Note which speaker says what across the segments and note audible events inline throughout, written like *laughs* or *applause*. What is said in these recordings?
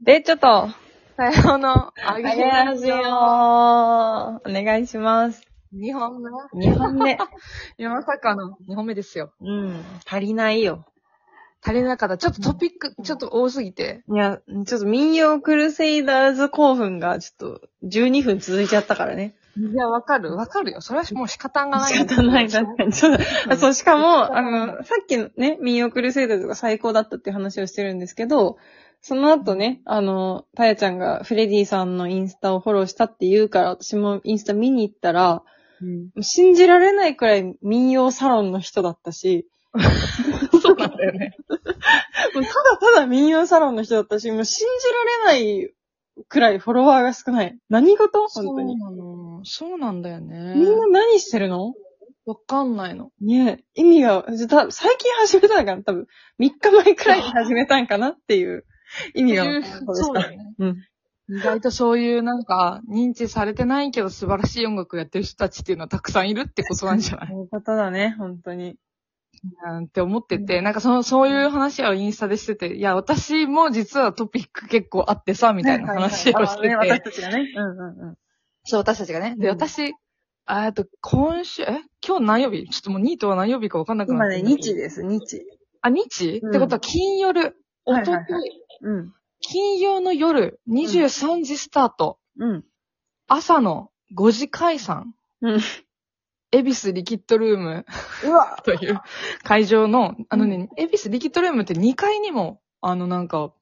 Speaker 1: で、ちょっと、
Speaker 2: さようの、あ
Speaker 1: あ
Speaker 2: げラジオ。
Speaker 1: お願いします。
Speaker 2: 2本目
Speaker 1: 2本目。
Speaker 2: いやまさかの2本目ですよ。
Speaker 1: *laughs* うん。足りないよ。
Speaker 2: 足りなかった。ちょっとトピック、ちょっと多すぎて。
Speaker 1: いや、ちょっと民謡クルセイダーズ興奮がちょっと12分続いちゃったからね。
Speaker 2: いや、わかる、わかるよ。それはもう仕方がない。
Speaker 1: 仕方ない、確 *laughs* かに。ちょっとあそう、しかも、あ
Speaker 2: うん
Speaker 1: の、さっきのね、民謡クルセイダーズが最高だったっていう話をしてるんですけど、その後ね、あの、たやちゃんがフレディさんのインスタをフォローしたって言うから、私もインスタ見に行ったら、
Speaker 2: うん。
Speaker 1: 信じられないくらい民謡サロンの人だったし、
Speaker 2: そうなんだよね。
Speaker 1: もうただただ民謡サロンの人だったし、もう信じられないくらいフォロワーが少ない。何事
Speaker 2: *laughs* そう
Speaker 1: 本当に。
Speaker 2: なの。そうなんだよね。
Speaker 1: みんな何してるの
Speaker 2: わかんないの。
Speaker 1: ねえ、意味が、た最近始めたんかな多分、3日前くらいに始めたんかなって
Speaker 2: *laughs*
Speaker 1: いう意味がわかることで
Speaker 2: そ
Speaker 1: し
Speaker 2: う
Speaker 1: た。
Speaker 2: だよね。
Speaker 1: うん。
Speaker 2: 意外とそういうなんか、認知されてないけど素晴らしい音楽やってる人たちっていうのはたくさんいるってことなんじゃない
Speaker 1: そういうことだね、本当に。
Speaker 2: なんて思ってて、なんかその、そういう話をインスタでしてて、いや、私も実はトピック結構あってさ、みたいな話をして
Speaker 1: はいはいはいあね、私
Speaker 2: て。
Speaker 1: たちがね。うんうんうん。
Speaker 2: そう、私たちがね。
Speaker 1: う
Speaker 2: で、
Speaker 1: ん
Speaker 2: 私、あえっと、今週、え今日何曜日ちょっともうニートは何曜日かわかんなくな
Speaker 1: 今
Speaker 2: って
Speaker 1: ね、
Speaker 2: るんだけど。
Speaker 1: 日です、日。
Speaker 2: あ、日、
Speaker 1: うん
Speaker 2: ってことは金夜、お
Speaker 1: はい
Speaker 2: と
Speaker 1: は
Speaker 2: と
Speaker 1: い
Speaker 2: い
Speaker 1: はいうん。
Speaker 2: 金曜の夜、23時スタート、
Speaker 1: うん。
Speaker 2: 朝の5時解散、
Speaker 1: うん。
Speaker 2: 恵比寿リキッドルーム
Speaker 1: うわ
Speaker 2: という会場の、あのね、恵比寿リキッドルームって2階にも、あのなんか、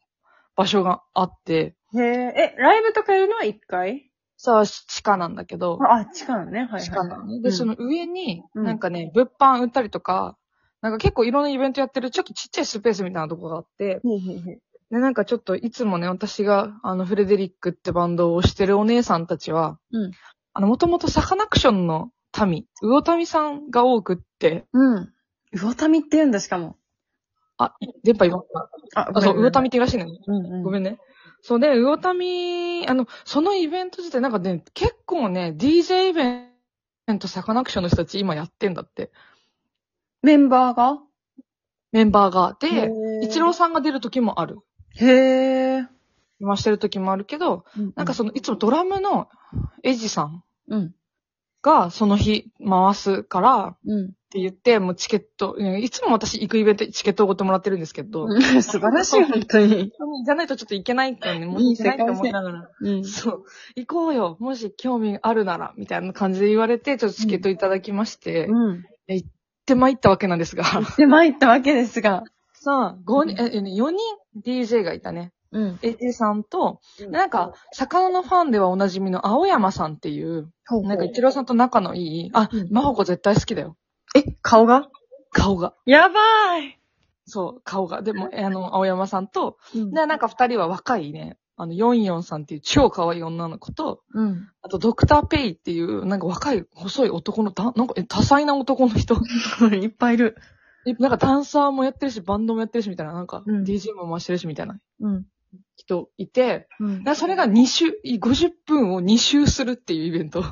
Speaker 2: 場所があって、
Speaker 1: へえ、え、ライブとかやるのは1回
Speaker 2: さあ、地下なんだけど、
Speaker 1: あ、地下のね、はいはい。
Speaker 2: 地下なのね。
Speaker 1: う
Speaker 2: で、
Speaker 1: ん
Speaker 2: その上に、
Speaker 1: うん
Speaker 2: なんかね、物販売ったりとか、なんか結構いろんなイベントやってる、ちょっとちっちゃいスペースみたいなとこがあって、
Speaker 1: へへへ。
Speaker 2: で、なんかちょっといつもね、私が、あの、フレデリックってバンドをしてるお姉さんたちは、
Speaker 1: うん
Speaker 2: あの、もともとサカナクションの民、魚民さんが多くって、
Speaker 1: うん。魚民って言うんだ、しかも。
Speaker 2: あ、電波今、あ、
Speaker 1: あ
Speaker 2: そう、魚
Speaker 1: 民。
Speaker 2: 民って言うらしいのよ。
Speaker 1: うんうん。
Speaker 2: ご
Speaker 1: ん。
Speaker 2: めんね。そうで、魚民、あの、そのイベント自体、なんかね、結構ね、DJ イベント、サカナクションの人たち今やってんだって。
Speaker 1: メンバーが
Speaker 2: メンバーが。で、イチ
Speaker 1: 一
Speaker 2: ローさんが出る時もある。
Speaker 1: へー。
Speaker 2: 今してる時もあるけど、なんかその、いつもドラムのエジさん
Speaker 1: うん。
Speaker 2: がその日回すからっ
Speaker 1: うん。
Speaker 2: て言って、もうチケット、うんいつも私行くイベントチケットをごってもらってるんですけど、
Speaker 1: *laughs* 素晴らしい、本当に。
Speaker 2: じゃないとちょっと行けないからね、もう
Speaker 1: いい
Speaker 2: 行けないと思いながら。
Speaker 1: うん
Speaker 2: *laughs* そう。行こうよ。もし興味あるなら、みたいな感じで言われて、ちょっとチケットいただきまして、行っ
Speaker 1: うん。
Speaker 2: て参ったわけなんですが。 *laughs*
Speaker 1: で、参ったわけですが。
Speaker 2: さあ、五人、え、4人 DJ がいたね。
Speaker 1: うん。
Speaker 2: エジさんと、なんか、、魚のファンではおなじみの青山さんっていう、
Speaker 1: ほう
Speaker 2: なんか、一郎さんと仲のいい、あ
Speaker 1: うん、
Speaker 2: まほこ絶対好きだよ。
Speaker 1: え、顔が
Speaker 2: 顔が。
Speaker 1: やばい
Speaker 2: そう、顔が。でも、えあの、青山さんと、
Speaker 1: うん
Speaker 2: で、なんか二人は若いね、あの、ヨンヨンさんっていう超可愛い女の子と、
Speaker 1: うん。
Speaker 2: あと、ドクターペイっていう、なんか若い、細い男の、だなんか、え多彩な男の人。
Speaker 1: *laughs*
Speaker 2: *laughs*
Speaker 1: いっぱいいる。
Speaker 2: えなんか、ダンサーもやってるし、バンドもやってるし、みたいな、なんか、
Speaker 1: うん
Speaker 2: DJ も回してるし、みたいな
Speaker 1: うん。
Speaker 2: 人いて、
Speaker 1: うん
Speaker 2: なそれが2周、50分を2周するっていうイベント。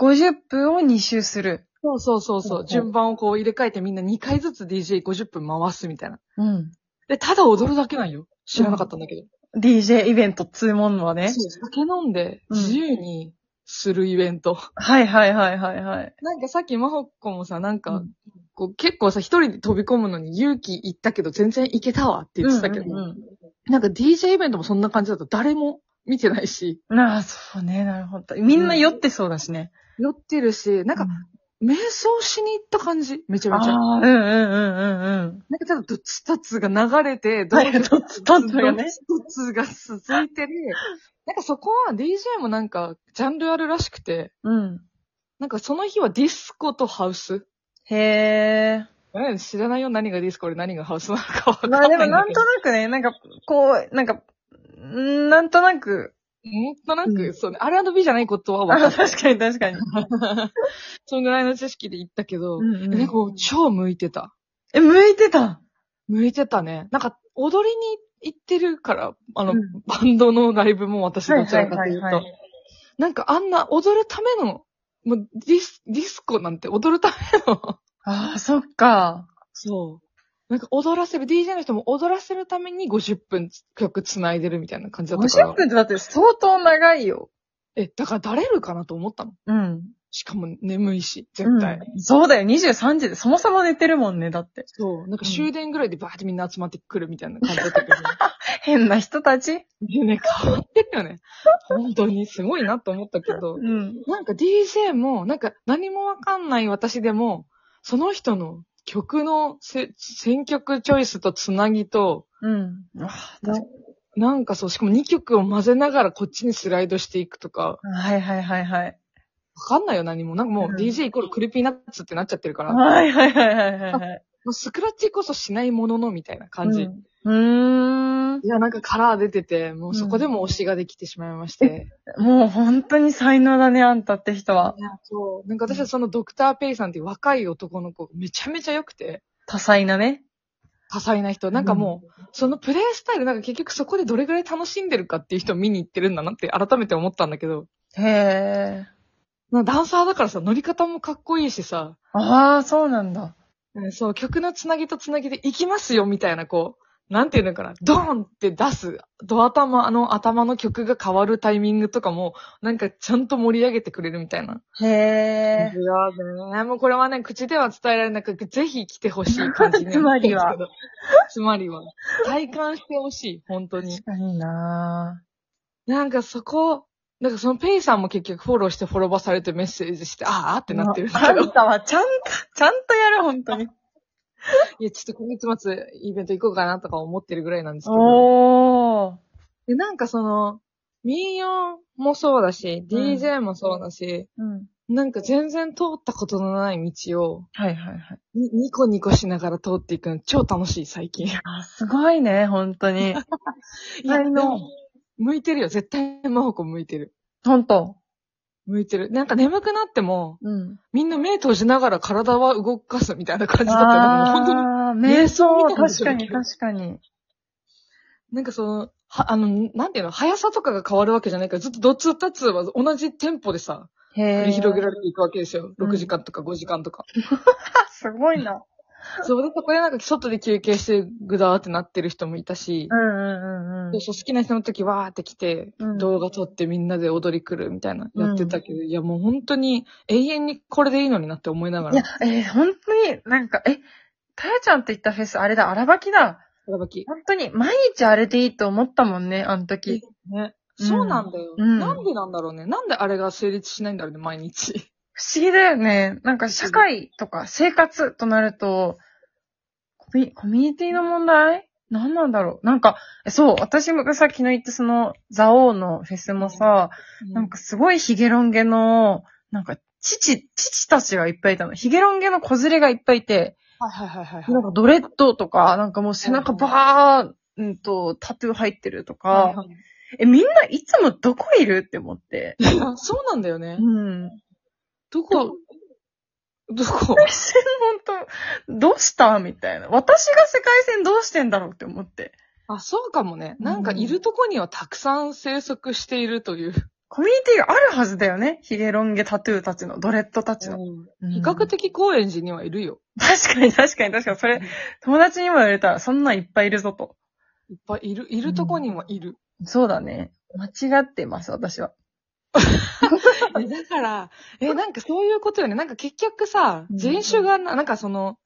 Speaker 1: 50分を2周する。
Speaker 2: そうそうそうそ
Speaker 1: うんう
Speaker 2: う。
Speaker 1: ん
Speaker 2: 順番をこう入れ替えてみんな2回ずつ DJ50 分回すみたいな。
Speaker 1: うん。
Speaker 2: で、ただ踊るだけなんよ。知らなかったんだけど。
Speaker 1: DJ イベントっつうもんはね。
Speaker 2: そう酒飲んで
Speaker 1: うん
Speaker 2: 自由にするイベント。
Speaker 1: はいはいはいはいはい。
Speaker 2: なんかさっきマホッコもさ、なんか、
Speaker 1: うん
Speaker 2: こう結構さ、一人で飛び込むのに勇気いったけど全然いけたわって言ってたけど、
Speaker 1: うんうん
Speaker 2: なんか DJ イベントもそんな感じだと誰も見てないし、
Speaker 1: うんああ、そうね、なるほど。みんな酔ってそうだしね。
Speaker 2: 酔ってるし、なんか、瞑想しに行った感じめちゃめちゃ。
Speaker 1: ああ、うんうんうんうんうん。
Speaker 2: なんかちょっとドツタツが流れ *laughs* て、ど
Speaker 1: はい、とつとつがね。
Speaker 2: ドツが続いてる。 *laughs* なんかそこは DJ もなんか、ジャンルあるらしくて、
Speaker 1: うん。
Speaker 2: なんかその日はディスコとハウス。
Speaker 1: へえ。
Speaker 2: うん知らないよ何がディスコで何がハウスなのかわかん
Speaker 1: ま
Speaker 2: な
Speaker 1: あ
Speaker 2: い
Speaker 1: で
Speaker 2: だ
Speaker 1: も
Speaker 2: けど。
Speaker 1: なんとなくね、なんか、こう、なんか、んーなんとなく。
Speaker 2: うんとな
Speaker 1: うん
Speaker 2: く、そうね、R&B じゃないことは
Speaker 1: あ *laughs*
Speaker 2: 分かっ
Speaker 1: 確かに確かに。
Speaker 2: た。そのぐらいの知識で言ったけど、
Speaker 1: うんうん
Speaker 2: なんかもう超向いてた。
Speaker 1: え、向いてた
Speaker 2: 向いてたね。なんか、踊りに行ってるから、あの、
Speaker 1: うん
Speaker 2: バンドのライブも私
Speaker 1: はい
Speaker 2: どち
Speaker 1: は
Speaker 2: ら
Speaker 1: い
Speaker 2: か
Speaker 1: は
Speaker 2: とい
Speaker 1: いうは
Speaker 2: と
Speaker 1: い。。
Speaker 2: なんかあんな踊るための、もうディス、ディスコなんて踊るための、
Speaker 1: ああ、そっか。
Speaker 2: そう。なんか踊らせる、DJ の人も踊らせるために50分曲繋いでるみたいな感じだったから。
Speaker 1: 50分ってだって相当長いよ。
Speaker 2: え、だからだれるかなと思ったの。
Speaker 1: うん。
Speaker 2: しかも眠いし、絶対。
Speaker 1: うんそうだよ、23時でそもそも寝てるもんね、だって。
Speaker 2: そう。なんか終電ぐらいでバーってみんな集まってくるみたいな感じだったけど。
Speaker 1: 変な人たち。
Speaker 2: でね、変わってるよね。本当にすごいなと思ったけど。
Speaker 1: うん。
Speaker 2: なんか DJ も、なんか何もわかんない私でも、その人の曲のせ選曲チョイスとつなぎと、
Speaker 1: うん。
Speaker 2: なんかそう、しかも2曲を混ぜながらこっちにスライドしていくとか、
Speaker 1: はいはいはいはい。
Speaker 2: わかんないよ何も。なんかも
Speaker 1: うん
Speaker 2: う DJ イコールクリーピーナッツってなっちゃってるから、も
Speaker 1: はいはいはいはいはいはい。
Speaker 2: うスクラッチこそしないもののみたいな感じ。
Speaker 1: うん。うーん
Speaker 2: いや、なんかカラー出てて、もうそこでも推しができてしまいまして。
Speaker 1: もう本当に才能だね、あんたって人は。
Speaker 2: いや、そう。なんか私はそのドクターペイさんっていう若い男の子がめちゃめちゃ良くて、
Speaker 1: 多彩なね。
Speaker 2: 多彩な人。なんかもう、そのプレイスタイル、なんか結局そこでどれぐらい楽しんでるかっていう人を見に行ってるんだなって改めて思ったんだけど、
Speaker 1: へえ。
Speaker 2: なんかダンサーだからさ、乗り方もかっこいいしさ、
Speaker 1: ああ、そうなんだ。
Speaker 2: うんそう、曲のつなぎとつなぎで行きますよみたいな、こう、なんていうのかな、ドーンって出す、ド頭、あの頭の曲が変わるタイミングとかも、なんかちゃんと盛り上げてくれるみたいな。
Speaker 1: へえ。
Speaker 2: いやね、もうこれはね、口では伝えられなく、ぜひ来てほしい感じ
Speaker 1: *laughs*
Speaker 2: ね。
Speaker 1: つまりは。
Speaker 2: つまりは。体感してほしい、本当に
Speaker 1: 確。かにな
Speaker 2: なんかそこ、なんかそのペイさんも結局フォローしてフォロバされてメッセージして、あーあーってなってるんだ
Speaker 1: あ
Speaker 2: けど
Speaker 1: *laughs* ん。たはちゃんと、ちゃんとやる、本当に。
Speaker 2: いや、ちょっと今月末イベント行こうかなとか思ってるぐらいなんですけど。
Speaker 1: おー。
Speaker 2: で、なんかその、民謡もそうだし、
Speaker 1: うん
Speaker 2: DJ もそうだし、
Speaker 1: うん。
Speaker 2: なんか全然通ったことのない道を、
Speaker 1: はいはいはい。
Speaker 2: にニコニコしながら通っていくの超楽しい、最近。
Speaker 1: あ、すご *laughs* いね、本当に。
Speaker 2: いや
Speaker 1: 才能
Speaker 2: でも向いてるよ。絶対真帆子向いてる。
Speaker 1: 本当。
Speaker 2: 向いてる。なんか眠くなっても、
Speaker 1: うん。
Speaker 2: みんな目閉じながら体は動かすみたいな感じだったから、もう本当に。
Speaker 1: ああ、瞑想、
Speaker 2: 瞑想みたいな
Speaker 1: 確か
Speaker 2: 人だ
Speaker 1: に
Speaker 2: けど
Speaker 1: 確かに。
Speaker 2: なんかその、は、あの、なんていうの、速さとかが変わるわけじゃないから、ずっとドツータツーは同じテンポでさ、
Speaker 1: へ
Speaker 2: 繰
Speaker 1: え。
Speaker 2: り広げられていくわけですよ。
Speaker 1: うん
Speaker 2: 6時間とか5時間とか。
Speaker 1: あ、すごいな。
Speaker 2: そう、だからこれなんか外で休憩してぐだーってなってる人もいたし
Speaker 1: う、んうんうんうん
Speaker 2: そう。そう好きな人の時わーって来て、
Speaker 1: うん
Speaker 2: 動画撮ってみんなで踊り来るみたいな、
Speaker 1: うん
Speaker 2: やってたけど、いやもう本当に永遠にこれでいいのになって思いなが
Speaker 1: いや
Speaker 2: ら、、
Speaker 1: えー本当になんか、え、たやちゃんと行ったフェス、あれだ、荒ばきだ。
Speaker 2: ばき。
Speaker 1: 本当に、毎日あれでいいと思ったもんね、あの時。
Speaker 2: ね。
Speaker 1: うん
Speaker 2: そうなんだよ、
Speaker 1: うん
Speaker 2: なんでなんだろうね。なんであれが成立しないんだろうね、毎日。
Speaker 1: 不思議だよね。なんか、社会とか生活となると、コミコミュニティの問題何なんだろうなんか、えそう、私がさ、昨日行ったその、ザオのフェスもさ、なんか
Speaker 2: か、
Speaker 1: すごいヒゲロン毛の、なんか、父、父たちがいっぱいいたの。ヒゲロン毛の子連れがいっぱいいて、
Speaker 2: はいはいはいはい
Speaker 1: な
Speaker 2: は
Speaker 1: んかドレッドとか、なんかもう背中ばーんとタトゥー入ってると
Speaker 2: い。はい
Speaker 1: か、
Speaker 2: はい
Speaker 1: え、みんないつもどこいるって思って。
Speaker 2: いやそうなんだよね。
Speaker 1: うん。
Speaker 2: どこ、ど
Speaker 1: *laughs*
Speaker 2: こ
Speaker 1: 世界線本当、どうしたみたいな。私が世界線どうしてんだろうって思って。
Speaker 2: あ、そうかもね。なんかいるとこにはたくさん生息しているという。
Speaker 1: コミュニティがあるはずだよね。ヒゲロン毛タトゥーたちの、ドレッドたちの。うん
Speaker 2: 比較的高円寺にはいるよ。
Speaker 1: 確かに確かに確かに。それ、友達にも言われたら、そんなんいっぱいいるぞと。
Speaker 2: いっぱいいる、いるとこにもいる。
Speaker 1: そうだね。間違ってます、私は。
Speaker 2: えだから、え、なんかそういうことよね。なんか結局さ、
Speaker 1: うん
Speaker 2: 人種がな、なんかその、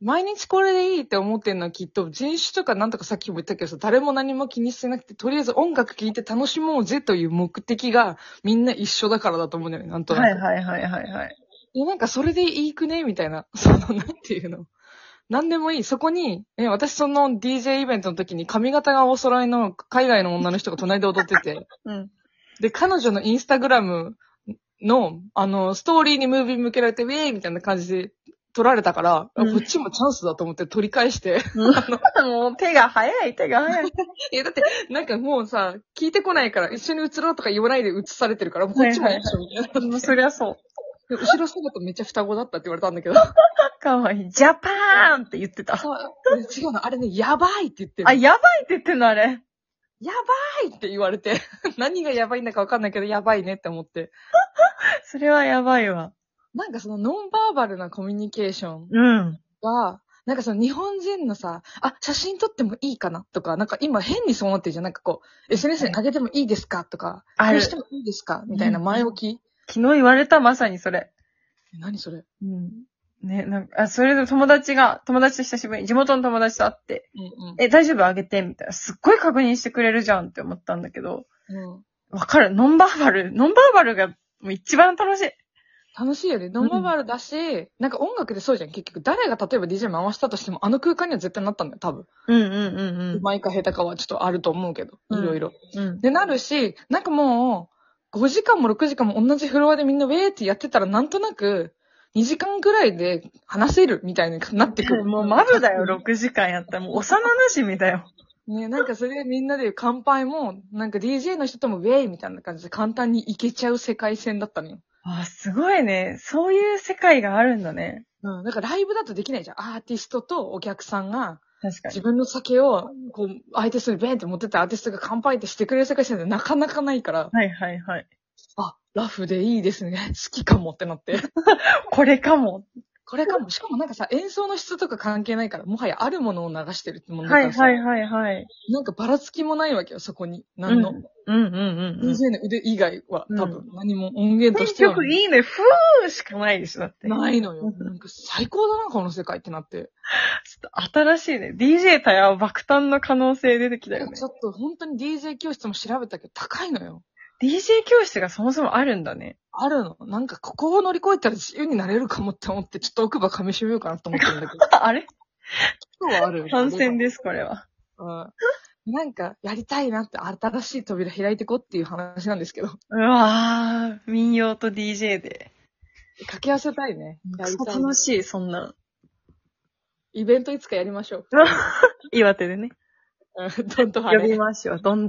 Speaker 2: 毎日これでいいって思ってんのはきっと人種とかなんとかさっきも言ったけどさ、誰も何も気にしてなくて、とりあえず音楽聴いて楽しもうぜという目的がみんな一緒だからだと思うんだよね、なんとなく。
Speaker 1: はいはいはいはいはい。
Speaker 2: いや、なんかそれでいいくねみたいな。 *laughs* その、なんていうの。なんでもいい。そこに、え、私その DJ イベントの時に髪型がお揃いの海外の女の人が隣で踊ってて、
Speaker 1: うん。
Speaker 2: で、彼女のインスタグラムの、あの、ストーリーにムービー向けられて、ウェーイみたいな感じで撮られたから、あ
Speaker 1: うん
Speaker 2: こっちもチャンスだと思って取り返して。
Speaker 1: もう手が早い、手が *laughs* 早い。
Speaker 2: いや、だって、なんかもうさ、聞いてこないから、一緒に映ろうとか言わないで映されてるから、もうこっちも一緒みたいな。 *laughs*
Speaker 1: もうそりゃそう。
Speaker 2: で後ろ姿めっちゃ双子だったって言われたんだけど。
Speaker 1: かわいい。ジャパーンって言ってた。
Speaker 2: そう違うの、あれね、やばいって言ってる
Speaker 1: あ、。やばいって言ってんの、あれ。
Speaker 2: やばいって言われて、 *laughs* 何がやばいんだかわかんないけど、やばいねって思って。
Speaker 1: それはやばいわ。
Speaker 2: なんかそのノンバーバルなコミュニケーション
Speaker 1: うん。
Speaker 2: が、なんかその日本人のさ、あ、写真撮ってもいいかなとか、なんか今変にそうなってるじゃん。なんかこう、SNS に上げてもいいですかとか、
Speaker 1: あ
Speaker 2: こ
Speaker 1: る
Speaker 2: れしてもいいですかみたいな前置き。
Speaker 1: 昨日言われた、まさにそれ。
Speaker 2: え何それ
Speaker 1: うん。ね、なんか、あ、それで友達が、友達と久しぶりに、地元の友達と会って、
Speaker 2: うん
Speaker 1: え、大丈夫あげてみたいな。すっごい確認してくれるじゃんって思ったんだけど、
Speaker 2: うん。うん
Speaker 1: わかる。ノンバーバル、ノンバーバルが、もう一番楽しい。
Speaker 2: 楽しいよね。ノンバーバルだし、なんか音楽でそうじゃん。結局、誰が例えば DJ 回したとしても、あの空間には絶対なったんだよ、多分。
Speaker 1: うんうんうん
Speaker 2: うまいか下手かはちょっとあると思うけど、
Speaker 1: うん
Speaker 2: いろいろ。
Speaker 1: うん。
Speaker 2: で、なるし、なんかもう、5時間も6時間も同じフロアでみんなウェーってやってたら、なんとなく、2時間ぐらいで話せるみたいになってくる。
Speaker 1: *laughs* もうマブだよ、6時間やったら。もう幼馴染だよ。
Speaker 2: ね、なんかそれみんなで乾杯も、なんか DJ の人ともウェイみたいな感じで簡単にいけちゃう世界線だったのよ。
Speaker 1: あ、すごいね。そういう世界があるんだね。
Speaker 2: うん。なんかライブだとできないじゃん。アーティストとお客さんが、
Speaker 1: 確か
Speaker 2: 自
Speaker 1: に。
Speaker 2: 分の酒を、こう、相手するベンって持ってったアーティストが乾杯ってしてくれる世界線ってなかなかないから、
Speaker 1: はいはいはい。
Speaker 2: あ、ラフでいいですね。好きかもってなって。
Speaker 1: これかも。
Speaker 2: これかも。しかもなんかさ、演奏の質とか関係ないから、もはやあるものを流してるってもんだか
Speaker 1: は
Speaker 2: ら
Speaker 1: い
Speaker 2: さ、
Speaker 1: はいはいはい。
Speaker 2: なんかばらつきもないわけよ、そこに。何の。
Speaker 1: うんうんうんうん。
Speaker 2: DJ の腕以外は、
Speaker 1: うん
Speaker 2: 多分何も音源と
Speaker 1: 結
Speaker 2: しては
Speaker 1: 局いいね。ふーしかないでしょ、だって。
Speaker 2: ないのよ。
Speaker 1: うん
Speaker 2: なんか最高だな、この世界ってなって。
Speaker 1: ちょっと新しいね。DJ 対は爆誕の可能性出てきたよね
Speaker 2: ち。ょっと本当に DJ 教室も調べたけど、高いのよ。
Speaker 1: DJ 教室がそもそもあるんだね。
Speaker 2: あるの。なんかここを乗り越えたら自由になれるかもって思って、ちょっと奥歯噛み締めようかなと思ってるん
Speaker 1: *laughs*
Speaker 2: だけど。
Speaker 1: *laughs* あれ
Speaker 2: 今日はあるよ。
Speaker 1: 感染です、これは。
Speaker 2: うん。なんか、やりたいなって、新しい扉開いてこっていう話なんですけど。
Speaker 1: うわー、民謡と DJ で。
Speaker 2: 掛け合わせたいね。
Speaker 1: *laughs*
Speaker 2: やり
Speaker 1: そ
Speaker 2: たい。
Speaker 1: 楽しい、そんな。
Speaker 2: イベントいつかやりましょう。
Speaker 1: 岩手でね。
Speaker 2: うん、どんと
Speaker 1: 呼
Speaker 2: 晴れ
Speaker 1: び。ましょう。どん